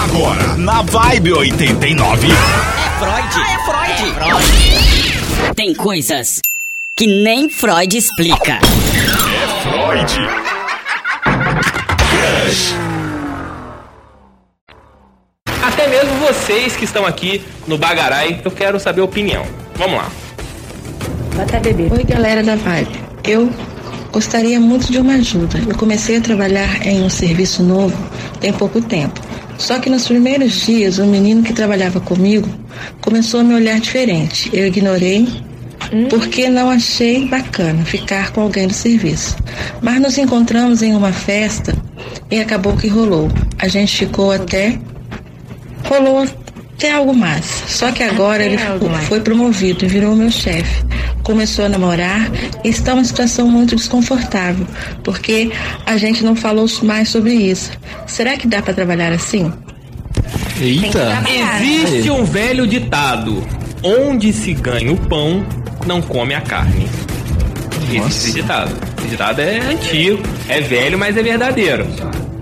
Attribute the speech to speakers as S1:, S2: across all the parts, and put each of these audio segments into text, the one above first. S1: Agora, na Vibe 89.
S2: Freud. Ah, é Freud. Freud. Tem coisas que nem Freud explica.
S1: É Freud. Crush.
S3: Até mesmo vocês que estão aqui no Bagarai, eu quero saber a opinião. Vamos lá.
S4: Bota bebê.
S5: Oi, galera da Vibe. Eu gostaria muito de uma ajuda. Eu comecei a trabalhar em um serviço novo tem pouco tempo. Só que nos primeiros dias, o menino que trabalhava comigo começou a me olhar diferente. Eu ignorei porque não achei bacana ficar com alguém do serviço. Mas nos encontramos em uma festa e acabou que rolou. A gente ficou até. Rolou até algo mais. Só que agora
S4: Até
S5: ele
S4: algo
S5: ficou-
S4: mais.
S5: foi promovido e virou meu chefe. Começou a namorar e está uma situação muito desconfortável, porque a gente não falou mais sobre isso. Será que dá para trabalhar assim?
S6: Eita.
S3: Existe um velho ditado: onde se ganha o pão, não come a carne. Existe
S6: Nossa.
S3: esse tipo ditado. Esse ditado é antigo, é velho, mas é verdadeiro.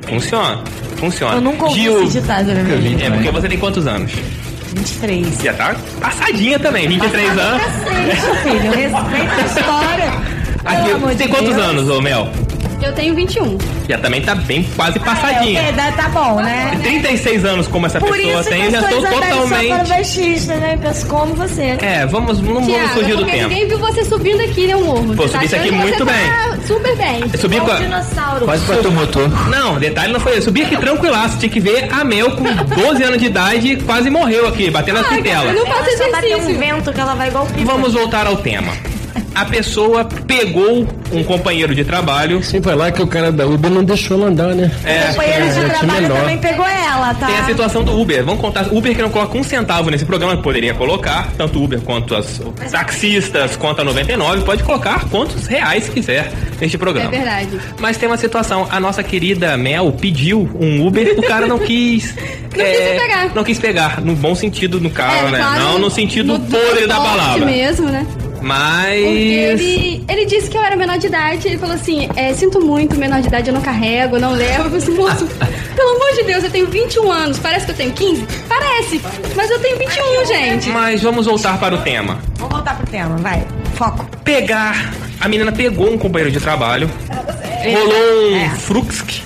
S3: Funciona, funciona.
S4: Eu nunca ouvi
S3: Gil,
S4: esse ditado na minha
S6: Eu vi.
S4: vida.
S3: É porque você tem quantos anos?
S4: 23.
S3: Já tá passadinha também, 23 anos.
S4: Cacete, filho. Respeita a história.
S3: Aqui,
S4: Pelo amor
S3: tem
S4: de
S3: quantos
S4: Deus.
S3: anos, ô Mel?
S7: Eu tenho 21.
S3: Já também tá bem quase passadinha.
S4: É, o quê? Dá- tá bom, né?
S3: 36 anos como essa
S4: Por
S3: pessoa
S4: isso
S3: tem,
S4: que
S3: eu já
S4: as
S3: tô
S4: coisas abertas só para
S3: totalmente.
S4: baixista, né? Pessoas como você.
S3: É, vamos, não vamos
S7: Tiago,
S3: surgir do
S7: porque
S3: tempo.
S7: ninguém viu você subindo aqui, né, um morro.
S3: Pô,
S7: Você
S3: subi isso
S7: achando
S3: aqui
S7: que
S3: muito
S7: você tá super bem. É
S3: Eu Subi com
S4: Igual
S3: a...
S4: um dinossauro.
S6: Quase bateu o motor.
S3: Não, detalhe não foi esse. Subi aqui tranquilaço. Tinha que ver a Mel com 12 anos de idade quase morreu aqui, batendo as
S7: Ah, Eu
S3: pintelas.
S7: não
S4: Ela
S7: faço
S4: só bateu um
S7: exercício.
S4: vento que ela vai igual pipa.
S3: Vamos voltar ao tema. A pessoa pegou um companheiro de trabalho.
S6: Sem falar que o cara da Uber não deixou ela andar, né?
S4: O
S3: É,
S4: companheiro
S6: É,
S4: de
S6: é
S4: trabalho
S6: menor.
S4: também pegou ela, tá?
S3: tem a situação do Uber. Vamos contar. Uber que não coloca um centavo nesse programa, que poderia colocar. Tanto Uber quanto as taxistas, quanto a 99, pode colocar quantos reais quiser neste
S4: um
S7: É
S3: programa.
S7: verdade.
S3: Mas tem uma situação, a nossa querida Mel pediu um Uber, o cara não quis. é,
S7: Não quis pegar.
S3: Não quis pegar, no bom sentido do cara,
S7: É,
S3: né?
S7: claro,
S3: não no sentido
S7: no-
S3: podre da
S7: forte
S3: palavra.
S7: mesmo, né?
S3: Mas.
S7: Porque ele, ele disse que eu era menor de idade. Ele falou assim: é, Sinto muito, menor de idade eu não carrego, não levo. Eu falei assim, moço, pelo amor de Deus, eu tenho 21 anos. Parece que eu tenho 15? Parece, mas eu tenho 21, gente.
S3: Mas vamos voltar para o tema.
S4: Vamos voltar pro tema, vai. Foco.
S3: Pegar. A menina pegou um companheiro de trabalho, rolou um
S4: É.
S3: fruxk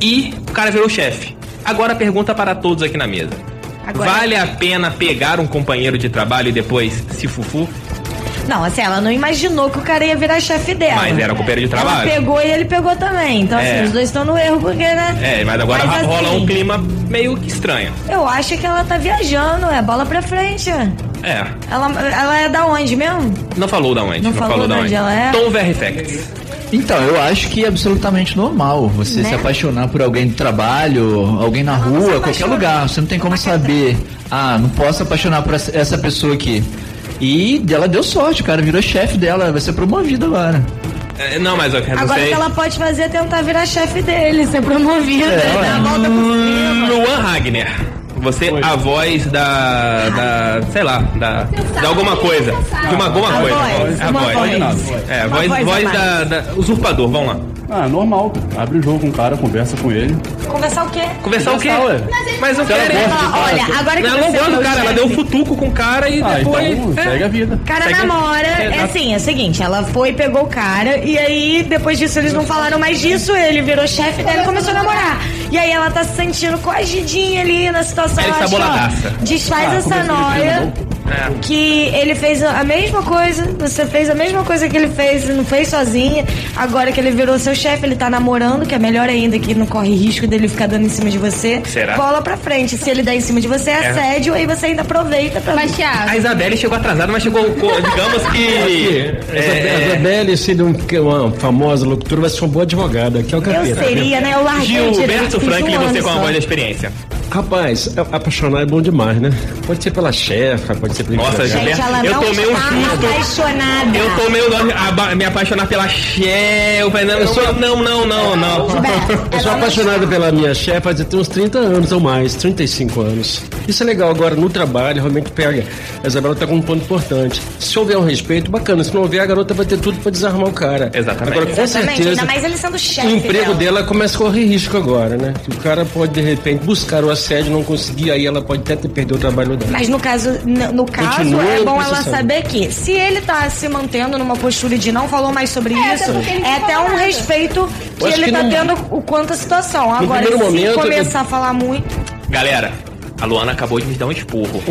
S3: e o cara virou chefe. Agora a pergunta para todos aqui na mesa.
S4: Agora-
S3: Vale a pena pegar um companheiro de trabalho e depois se fufu?
S4: Não, assim, ela não imaginou que o cara ia virar chefe dela.
S3: Mas era companheiro de trabalho.
S4: É. Ela pegou e ele pegou também. Então,
S3: É.
S4: assim, os dois estão no erro, porque, né?
S3: É, mas agora
S4: Mas,
S3: rola
S4: assim,
S3: um clima meio que estranho.
S4: Eu acho que ela tá viajando, é bola pra frente.
S3: É,
S4: Ela, ela é da onde mesmo?
S3: não falou da onde.
S4: Não falou
S3: da
S4: de onde ela é?
S3: Tom VR Facts.
S6: Então, eu acho que é absolutamente normal você
S4: Né?
S6: se apaixonar por alguém do trabalho, alguém na rua, qualquer
S4: apaixona.
S6: lugar. Você não tem como saber. Ah, não posso apaixonar por essa essa pessoa aqui. E ela deu sorte, o cara virou chefe dela, vai ser promovido agora.
S3: É, não, mas eu quero
S4: Agora o
S3: sei.
S4: que ela pode fazer é tentar virar chefe dele, ser promovida,
S6: É,
S4: dar
S6: ué.
S4: a volta por cima.
S3: Luan Ragner. Você, a voz da. da sei lá, da. De alguma coisa. De uma, alguma
S4: A
S3: coisa. É,
S4: voz,
S3: a
S4: uma
S3: voz.
S4: voz.
S3: É,
S4: Uma
S3: voz,
S4: voz a
S3: voz
S4: mais.
S3: da, da- Usurpador, vamos lá.
S8: Ah, normal. Abre o jogo com o cara, conversa com ele.
S4: Conversar o quê?
S3: Conversar o quê?
S8: Conversar, ué.
S3: Mas eu quero.
S4: Falar, olha, agora que
S3: Ela não gosta
S4: você é
S3: do
S4: meu
S3: cara, ela
S4: chefe,
S3: deu um futuco com o cara e
S8: Ah,
S3: depois.
S8: então
S3: é.
S8: segue a vida.
S4: O cara
S3: Segue-
S4: namora,
S3: É,
S4: é
S3: tá.
S4: assim, é o seguinte, ela foi, pegou o cara, e aí, depois disso, eles não falaram mais disso, ele virou chefe dela e começou a namorar. E aí ela tá se sentindo coagidinha ali na situação.
S3: Ela
S4: ela acha, ó,
S3: estabuladaça.
S4: Desfaz
S8: Ah,
S4: essa
S8: começou a
S4: noia.
S8: entender,
S3: É.
S4: Que ele fez a mesma coisa, você fez a mesma coisa que ele fez, não fez sozinha. Agora que ele virou seu chefe, ele tá namorando, que é melhor ainda, que não corre risco dele ficar dando em cima de você.
S3: Será?
S4: Bola pra frente. Se ele der em cima de você, é
S3: É.
S4: assédio, aí você ainda aproveita pra.
S7: Mas, Tiago,
S3: A Isabelle chegou atrasada, mas chegou, co- digamos que.
S9: A
S3: é,
S9: Isabelle, sendo um- que é uma famosa locutora, vai ser uma boa advogada, que é o
S4: Eu
S9: capeta.
S4: seria, né? Eu larguei o direito,
S3: Gilberto
S4: fiz
S3: Franklin,
S4: um ano
S3: você com uma
S4: só.
S3: voz de experiência.
S9: Rapaz, a- apaixonar é bom demais, né? Pode ser pela chefa, pode ser pela
S3: Nossa, é.
S9: empregada.
S4: Gente, ela
S3: Eu
S4: não tá
S3: tomei um
S4: está
S3: susto.
S4: apaixonada.
S3: Eu tomei o nome, aba- me apaixonar pela Shell. Eu falei, não, não, não, não, não. não.
S4: Gilberto,
S9: Eu sou
S4: ela não tá
S9: apaixonado
S4: está.
S9: pela minha chefa há uns 30 anos ou mais, 35 anos. Isso é legal agora no trabalho, realmente pega. A Isabela tá com um ponto importante. Se houver um respeito, bacana. Se não houver, a garota vai ter tudo pra desarmar o cara.
S3: Exatamente.
S9: Agora, com
S4: Exatamente,
S9: certeza.
S4: ainda mais ele sendo chefe então.
S9: O emprego
S4: dela.
S9: dela começa a correr risco agora, né? Que o cara pode, de repente, buscar o assédio, não conseguir, aí ela pode até ter perder o trabalho dela.
S4: Mas no caso, n- no caso
S9: Continua
S4: é bom ela
S9: processando.
S4: saber que se ele tá se mantendo numa postura de não falou mais sobre
S7: É, até
S4: isso,
S7: porque ele não
S4: é até
S7: falou
S4: um
S7: nada.
S4: respeito que
S9: acho
S4: ele
S9: que
S4: tá
S9: não-
S4: tendo o quanto a situação. Agora, se
S9: primeiro momento,
S4: começar a falar muito,
S3: Galera, a Luana acabou de me dar um esporro.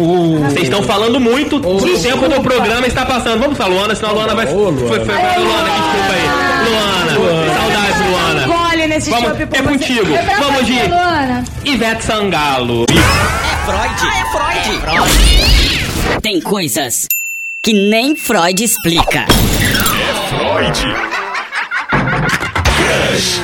S3: Vocês estão falando muito, o tempo do programa está passando. Vamos pra Luana, senão a Luana vai.
S9: Ô, Luana.
S3: Foi, foi, foi, Luana, desculpa aí. Luana, saudades, Luana.
S4: olha nesse
S3: Vamos,
S4: chope
S3: é contigo.
S7: É pra
S3: Vamos de
S7: fazer, Luana.
S3: Ivete Sangalo.
S2: Freud. Ah, é Freud. Freud. Tem coisas que nem Freud explica.
S1: Freud. Crush.